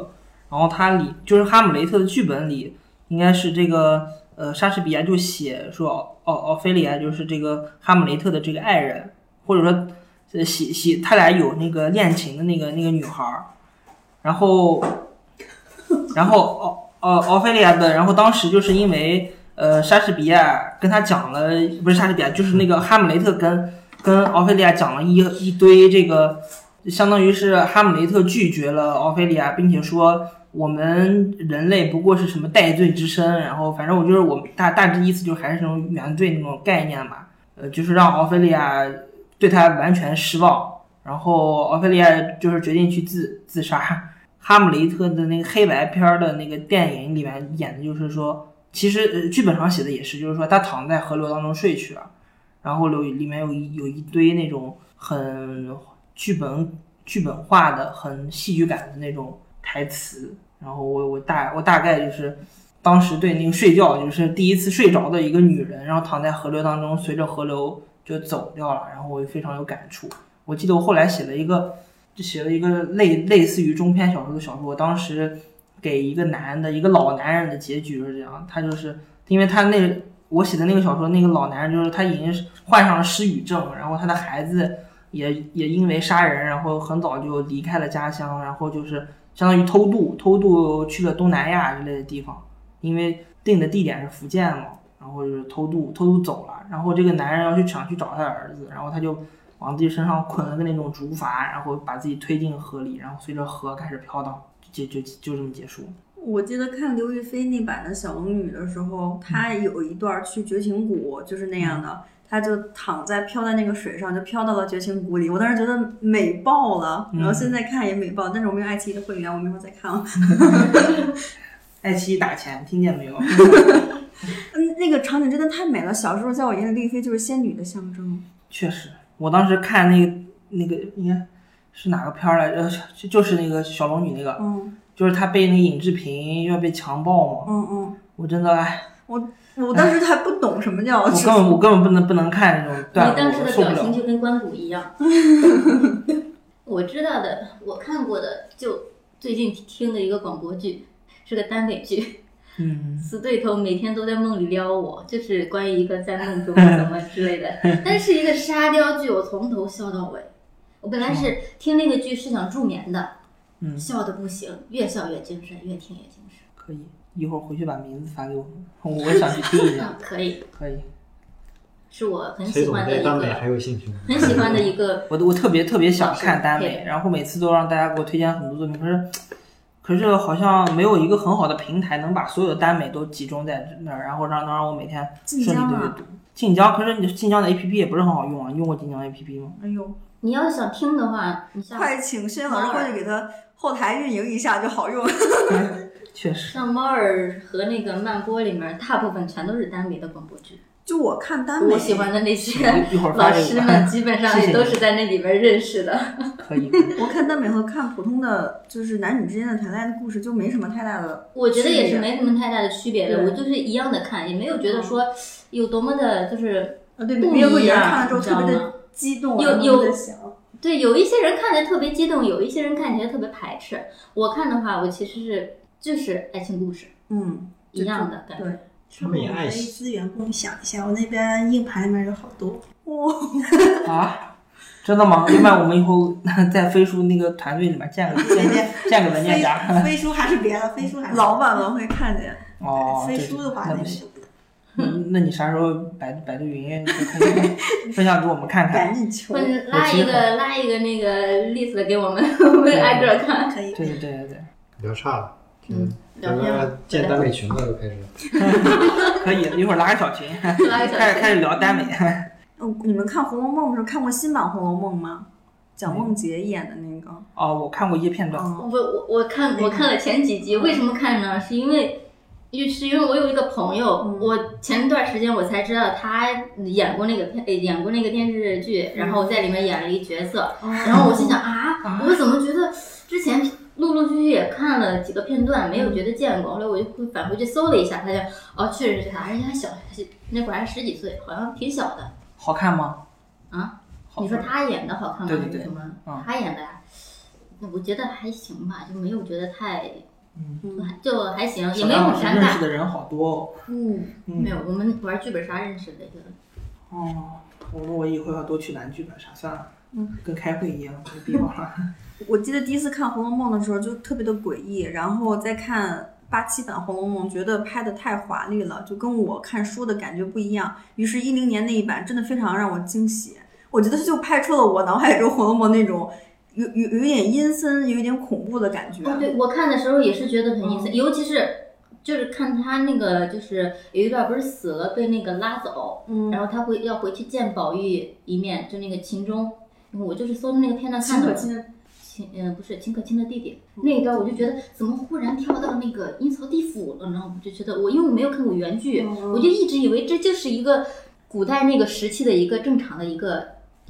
D: 然后它里就是《哈姆雷特》的剧本里，应该是这个呃莎士比亚就写说奥奥奥菲利亚就是这个哈姆雷特的这个爱人，或者说呃写写他俩有那个恋情的那个那个女孩儿，然后然后奥奥奥菲利亚的，然后当时就是因为呃莎士比亚跟他讲了，不是莎士比亚，就是那个哈姆雷特跟。跟奥菲利亚讲了一一堆这个，相当于是哈姆雷特拒绝了奥菲利亚，并且说我们人类不过是什么戴罪之身，然后反正我就是我大大致意思就是还是那种原罪那种概念吧，呃，就是让奥菲利亚对他完全失望，然后奥菲利亚就是决定去自自杀。哈姆雷特的那个黑白片儿的那个电影里面演的就是说，其实呃剧本上写的也是，就是说他躺在河流当中睡去了。然后有里面有一有一堆那种很剧本剧本化的、很戏剧感的那种台词。然后我我大我大概就是当时对那个睡觉就是第一次睡着的一个女人，然后躺在河流当中，随着河流就走掉了。然后我就非常有感触。我记得我后来写了一个，就写了一个 类类似于中篇小说的小说。我当时给一个男的，一个老男人的结局是这样，他就是因为他那我写的那个小说，那个老男人就是他已经是患上了失语症，然后他的孩子也也因为杀人，然后很早就离开了家乡，然后就是相当于偷渡，偷渡去了东南亚之类的地方，因为定的地点是福建嘛，然后就是偷渡，偷渡走了，然后这个男人要去想去找他儿子，然后他就往自己身上捆了个那种竹筏，然后把自己推进河里，然后随着河开始飘荡，就就就就这么结束。
B: 我记得看刘亦菲那版的小龙女的时候，她
C: 嗯
B: 有一段去绝情谷，就是那样的，她就躺在飘在那个水上，就飘到了绝情谷里。我当时觉得美爆了，然后
D: 嗯
B: 现在看也美爆，但是我没有爱奇艺的会员，我没法再看了。
D: 爱奇艺打钱，听见没有？
B: 嗯，那个场景真的太美了，小时候在我眼里，刘亦菲就是仙女的象征。
D: 确实，我当时看那个那个应该是哪个片儿来着？呃就就是那个小龙女那个，
B: 嗯
D: 就是她被那个尹志平要被强暴嘛。
B: 嗯嗯，
D: 我真的哎，
B: 我我当时还不懂什么
C: 哎
B: 叫
D: 我根本我根本不能不能看这种段
C: 哦你当
D: 落，
C: 时
D: 我
C: 的
D: 受不
C: 表情
D: 了。
C: 就跟关谷一样。 我知道的，我看过的，就最近听的一个广播剧，是个耽美剧，
D: 嗯，
C: 死对头每天都在梦里撩我， 就是关于一个在梦中怎么之类的， 但是一个沙雕剧，我从头笑到尾。我本来是听那个剧是想助眠的，
D: 嗯
C: 笑的不行，越笑越精神，越听越精神。
D: 可以，一会儿回去把名字发给我，我也想去听一下
C: 啊。，可以，
D: 可以，
C: 是我很
E: 崔
C: 喜
E: 总
C: 欢的
E: 对
C: 一
E: 耽美还
C: 个，
E: 有兴趣吗？
C: 很喜欢的一个
D: 我我特别特别想看耽
C: 老师
D: 美，
C: 对
D: 然后每次都让大家给我推荐很多作品，可是可是好像没有一个很好的平台能把所有的耽美都集中在那儿，然后让能让我每天
B: 晋
D: 顺利
B: 江
D: 的阅
B: 啊
D: 读。晋江，可是你晋江的 APP 也不是很好用啊，你用过晋江 APP 吗？
B: 哎呦，
C: 你要想听的话，你上
B: 快请薛老师过去给他后台运营一下就好用。
D: 确实，
C: 上猫儿和那个漫播里面，大部分全都是耽美的广播剧。
B: 就我看耽美，
C: 我喜欢的那些
D: 一一会儿发
C: 老
D: 给
C: 师们，
D: 我。
C: 基本上也都是在那里边认识的。
D: 可以，
B: 我看耽美和看普通的就是男女之间的谈恋爱的故事就没什么太大的。
C: 我觉得也是没什么太大的区别的，
B: 对嗯
C: 我就是一样的看，也没有觉得说有多么的，就是
B: 呃，对，
C: 不
B: 没有个
C: 一
B: 人
C: 样，
B: 看了之后
C: 你知道
B: 特别
C: 吗
B: 的？激动，啊
C: 有
B: 然后
C: 有
B: 在想，
C: 对，有一些人看着特别激动，有一些人看起来特别排斥。我看的话，我其实是就是爱情故事
B: 嗯，
C: 一样的感觉。
B: 对，
E: 他们也爱
A: 可以
E: 惜
A: 资源共享一下，我那边硬盘里面有好 多。
B: 哇，
D: 啊，真的吗？另外，我们以后 在飞书那个团队里面建个建建个文件
A: 飞
D: 夹。
A: 飞书还是别了，飞书还是
B: 老晚们会 看见。
D: 哦，
A: 飞
D: 对
A: 书的话
D: 那
A: 那
D: 不
A: 个
D: 行。
A: 就不
D: 嗯那你啥时候百度百度云也可以分享给我们看看？
B: 赶紧求
C: 或者拉一个拉一个那个 list 给我们， 我们挨个看。
A: 可以。
D: 对对对对
E: 聊差了，
C: 嗯，聊
E: 咱
C: 天吧
E: 们建耽美群了都开始。
D: 对，可以，一会儿拉个小群，
C: 拉 一
D: 开始
C: 下。
D: 开始聊耽美。
B: 嗯，你们看《红楼梦》的时候看过新版《红楼梦》吗？蒋梦婕演的那个，
D: 哦，我看过一片段，
B: 嗯，
C: 我我我看我看了前几集，为什么看呢？是因为，因是因为我有一个朋友，
B: 嗯
C: 我前段时间我才知道他演过那个片，呃演过那个电视剧，然后在里面演了一角色，然后我心想啊，我怎么觉得之前陆陆续续也看了几个片段，没有觉得见过，后来我就返回去搜了一下，他就哦，确实是他，而且还小，那会儿还十几岁，好像挺小的。
D: 好看吗？
C: 啊？
D: 好
C: 你说
D: 看。
C: 他演的好看吗？
D: 对对
C: 还是
D: 对
C: 什么？
D: 嗯
C: 他演的呀，那我觉得还行吧，就没有觉得太，
D: 嗯
C: 就还行，也
D: 小
C: 没有
D: 张
C: 很尴
D: 老师认识
C: 尬。
D: 的人好多哦。
B: 嗯，
D: 嗯
C: 没有，我们玩剧本杀认识的一个，
D: 哦，我说我以后要多去南剧本杀，算了，
B: 嗯，
D: 跟开会一样，没必要了。
B: 我记得第一次看《红楼梦》的时候就特别的诡异，然后再看八七版《红楼梦》，觉得拍的太华丽了，就跟我看书的感觉不一样。于是，一零年那一版真的非常让我惊喜，我觉得它就拍出了我脑海中《红楼梦》那种有有有点阴森、有点恐怖的感
D: 嗯
B: 觉。
C: 哦，对我看的时候也是觉得很意思，尤其是。就是看他那个，就是有一段不是死了被那个拉走，
B: 嗯
C: 然后他回要回去见宝玉一面，就那个秦钟，我就是搜着那个片段
B: 秦
C: 看
B: 可
C: 的。
B: 卿的
C: 秦呃不是秦可卿的弟弟那一段，我就觉得怎么忽然跳到那个阴曹地府了呢？我就觉得我因为我没有看过原剧，
B: 嗯
C: 我就一直以为这就是一个古代那个时期的一个正常的一个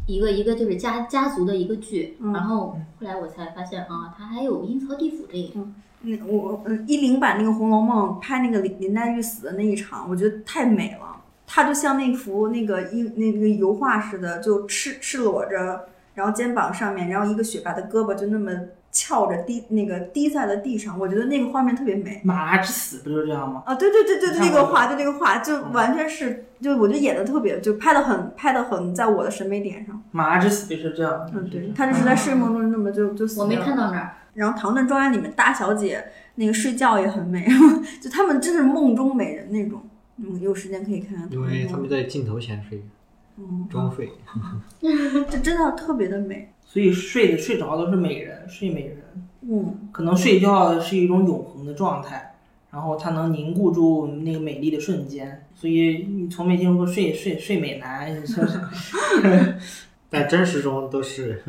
C: 一个一个就是家家族的一个剧，
B: 嗯
C: 然后后来我才发现啊，它还有阴曹地府这一个。
B: 那我嗯一零版那个《红楼梦》拍那个林林黛玉死的那一场，我觉得太美了。她就像那幅那个一那个油画似的，就赤赤裸着，然后肩膀上面，然后一个雪白的胳膊就那么翘着滴那个滴在了地上，我觉得那个画面特别 美。
D: 马之死不就是这样吗？
B: 啊，对对对对，对那
D: 看
B: 个
D: 过
B: 画，就那个画，就完全是，就我觉得演的特别，就拍的很，拍的很，在我的审美点上。
D: 马之死就是这样。
B: 嗯，对，她就是在睡梦中那么就就死
C: 我没
B: 了
C: 看到那儿，
B: 然后《唐顿庄园》里面大小姐那个睡觉也很美， 就他们真是梦中美人那种。嗯，有时间可以看看。
E: 因为他们在镜头前睡，
B: 嗯，
E: 装睡。
B: 这真的特别的美。
D: 所以睡的睡着都是美人，睡美人。
B: 嗯，
D: 可能睡觉是一种永恒的状态，然后它能凝固住我们那个美丽的瞬间。所以你从没听说过睡睡睡美男，你说 是
E: 但真实中都是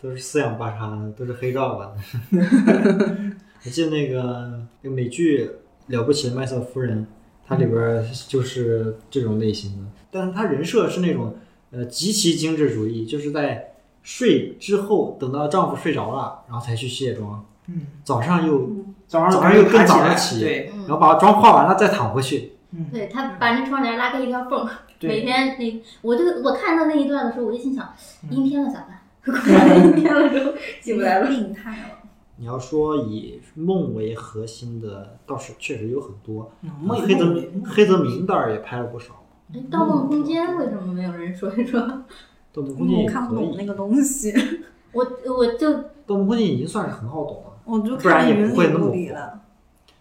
E: 都是四仰八叉的，都是黑照 吧。我记得那个那个美剧《了不起的麦瑟夫人》，它里边儿就是这种类型的，但是它人设是那种呃极其精致主义，就是在睡之后，等到丈夫睡着了，然后才去卸妆，
D: 嗯，
E: 早上又
D: 早上
E: 早上又
D: 爬
E: 更早
D: 来
E: 了起
D: 对，
C: 嗯
E: 然后把妆化完了再躺回去，
D: 嗯
C: 对他把那窗帘拉开一条缝儿，每
D: 对，
C: 天那我就我看到那一段的时候，我就心想，
D: 嗯
C: 阴天了咋 办？阴天了之后起不来了。
B: 病态了。
E: 你要说以梦为核心的，倒是确实有很多。
D: 嗯梦
E: 黑泽
D: 梦
E: 明黑泽明倒是也拍了不少，
C: 哎《盗梦空间》为什么没有人说一说？
E: 《盗梦空间》
B: 嗯我
E: 也
B: 看不
E: 可
B: 懂那
E: 以，《
B: 个东西，
C: 我我就
E: 盗梦空间》已经算是很好懂了。
B: 我就
E: 不然
B: 看
E: 也
B: 云
E: 不会
B: 里
E: 那么
B: 雾
E: 火
B: 里了，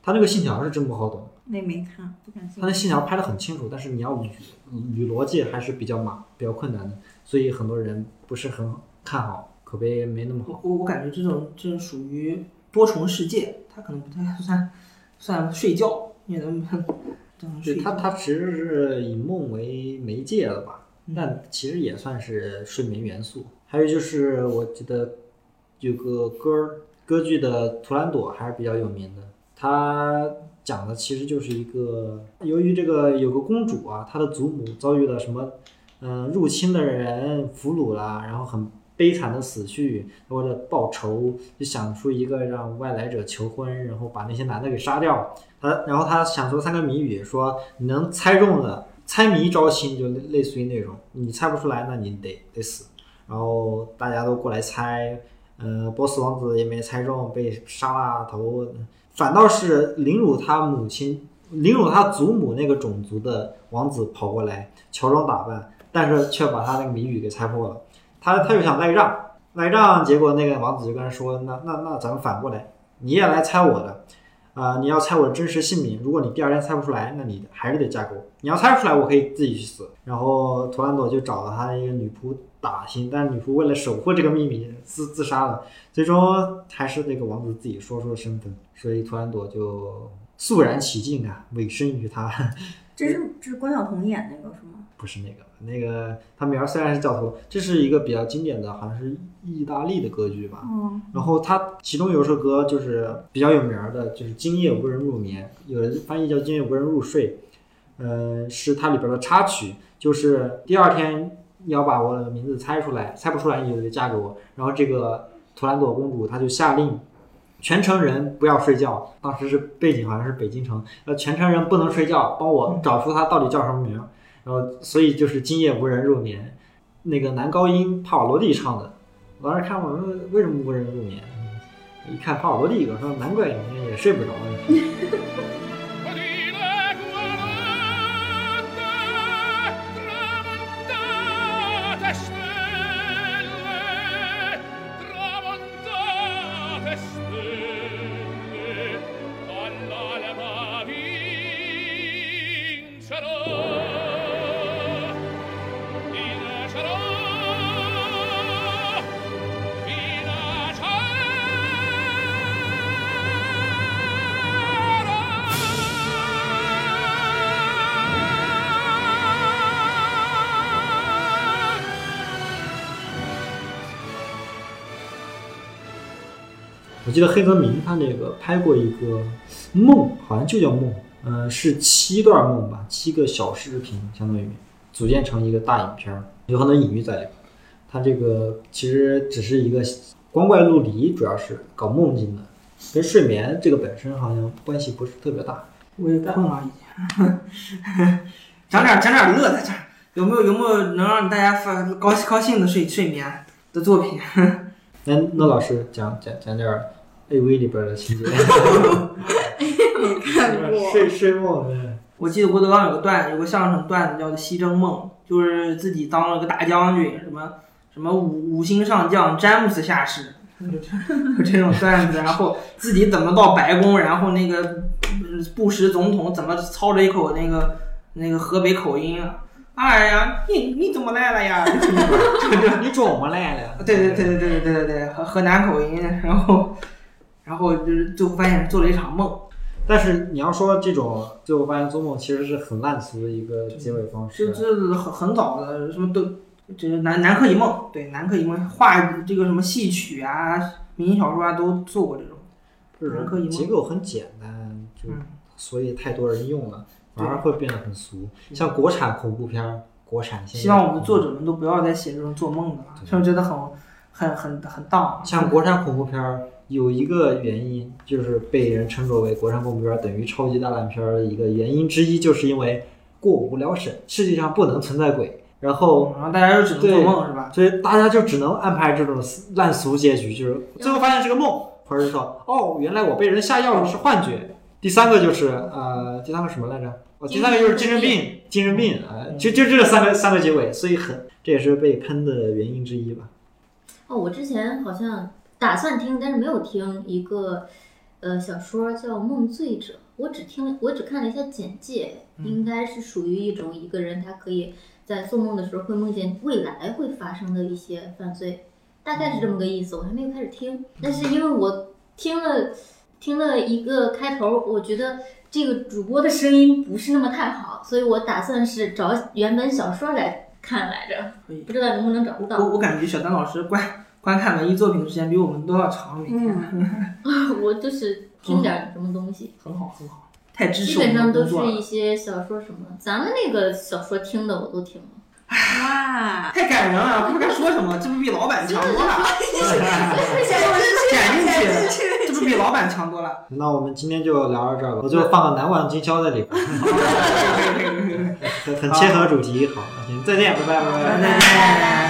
E: 他那个信条是真不好懂，
B: 那没看，不感兴
E: 他那
B: 趣。
E: 信条拍的很清楚，但是你要捋捋逻辑还是比较麻比较困难的，所以很多人不是很看好，口碑没那么好。
D: 我我感觉这种这种属于多重世界，它可能不太算算睡觉，因为咱们 这种
E: 对
D: 睡
E: 他，
D: 觉，
E: 他其实是以梦为媒介的吧，
D: 嗯
E: 但其实也算是睡眠元素。还有就是，我记得有个歌儿歌剧的《图兰朵》还是比较有名的，它讲的其实就是一个，由于这个有个公主啊，她的祖母遭遇了什么，嗯、入侵的人俘虏啦，然后很悲惨的死去，为了报仇，就想出一个让外来者求婚，然后把那些男的给杀掉。她，然后她想出三个谜语，说你能猜中了。猜谜招亲，就类类似于那种，你猜不出来，那你得得死。然后大家都过来猜，呃，波斯王子也没猜中，被杀了头，反倒是凌辱他母亲、凌辱他祖母那个种族的王子跑过来，乔装打扮，但是却把他那个谜语给猜破了。他他又想赖账，赖账，结果那个王子就跟他说：“那那那咱们反过来，你也来猜我的。”啊、你要猜我的真实姓名，如果你第二天猜不出来，那你还是得架构。你要猜不出来，我可以自己去死。然后图兰朵就找了他的一个女仆打听，但是女仆为了守护这个秘密自自杀了。最终还是那个王子自己说出了身份，所以图兰朵就肃然起敬啊，委身于他。
B: 这是这是关晓彤演那个是吗？
E: 不是那个，那个他名儿虽然是教徒，这是一个比较经典的，好像是意大利的歌剧吧。
C: 哦
B: 嗯，
E: 然后它其中有一首歌就是比较有名儿的，就是“今夜无人入眠”，有人翻译叫“今夜无人入睡”，呃，是它里边的插曲，就是第二天你要把我的名字猜出来，猜不出来你就得嫁给我。然后这个图兰朵公主她就下令，全城人不要睡觉，当时是背景好像是北京城，呃，全城人不能睡觉，帮我找出她到底叫什么名儿。然后所以就是“今夜无人入眠”，那个男高音帕瓦罗蒂唱的。我当时看我说为什么无人入眠？一看帕瓦罗蒂，我说难怪你也睡不着呢。
F: Udire guardate tramontate stelle, tramontate stelle, dall'alba vincerò, vincerò, vincerò.
E: 我记得黑泽明他那个拍过一个梦，好像就叫梦，嗯、是七段梦吧，七个小视频，相当于组建成一个大影片儿，有很多隐喻在里边。他这个其实只是一个光怪陆离，主要是搞梦境的，跟睡眠这个本身好像关系不是特别大。
D: 我也困了已经。 讲点讲点乐的，讲有没有有没有能让大家发高高兴的睡睡眠的作品？
E: 那那老师讲讲讲点儿 A V 里边儿的情
D: 哎
E: 节，
B: 没看过。
E: 睡睡梦嗯
D: 我记得郭德纲有个段，有个相声段子叫做《西征梦》，就是自己当了个大将军，什么什么五五星上将詹姆斯下士，就这就这种段子。然后自己怎么到白宫，然后那个呃布什总统怎么操着一口那个那个河北口音啊，哎呀，你你怎么来了呀？
E: 你怎么来了？
D: 对对对对对对对对，河河南口音，然后然后就是最后发现做了一场梦。
E: 但是你要说这种最后发现做梦其实是很烂俗的一个结尾方
D: 这
E: 式，
D: 这是很很早的什么都，这是南南柯一梦，对南柯一梦画这个什么戏曲啊、民间小说啊都做过这种，南柯一
E: 结
D: 梦，
E: 构很简单，就
D: 嗯，
E: 所以太多人用了，反而会变得很俗。
D: 对
E: 像国产恐怖片儿，国产现在
D: 希望我们作者们都不要再写这种做梦的了，
E: 对
D: 这种真的很很很很荡。
E: 像国产恐怖片儿，有一个原因就是被人称作为国产恐怖片等于超级大烂片儿的一个原因之一，就是因为过无聊审，世界上不能存在鬼，然后
D: 然后大家就只能做
E: 对
D: 梦是吧？
E: 所以大家就只能安排这种烂俗结局，就是最后发现是个梦，或者是说哦，原来我被人下药了是幻觉。第三个就是呃，第三个什么来着？哦，第三个就是精神病，精神病啊，就就这三个三个结尾，所以很这也是被喷的原因之一吧。
C: 哦，我之前好像打算听，但是没有听一个呃小说叫《梦醉者》，我只听了，我只看了一下简介，
D: 嗯
C: 应该是属于一种一个人他可以在做梦的时候会梦见未来会发生的一些犯罪，大概是这么
D: 哦
C: 个意思。我还没有开始听，但是因为我听了听了一个开头，我觉得。这个主播的声音不是那么太好，所以我打算是找原本小说来看来着
D: 可以，
C: 不知道能不能找得到。
D: 我我感觉小丹老师观观看文艺作品的时间比我们都要长，每
C: 嗯
D: 天、
B: 嗯
C: 我就是听点什么东西，
D: 很好很好，太支
C: 基
D: 持我
C: 本
D: 们
C: 上都
D: 的嗯工作
C: 是一
D: 了，
C: 些小说什么，咱们那个小说听的我都听了。
B: 哇，
D: 太感人了，不知该说什么，这不比老板强多了， 剪进去，这不比老板强多了。
E: 那我们今天就聊到这儿吧，我最后放个难忘今宵在里边，很很切合主题，好，那行，再见，拜拜，拜拜。
D: 拜拜。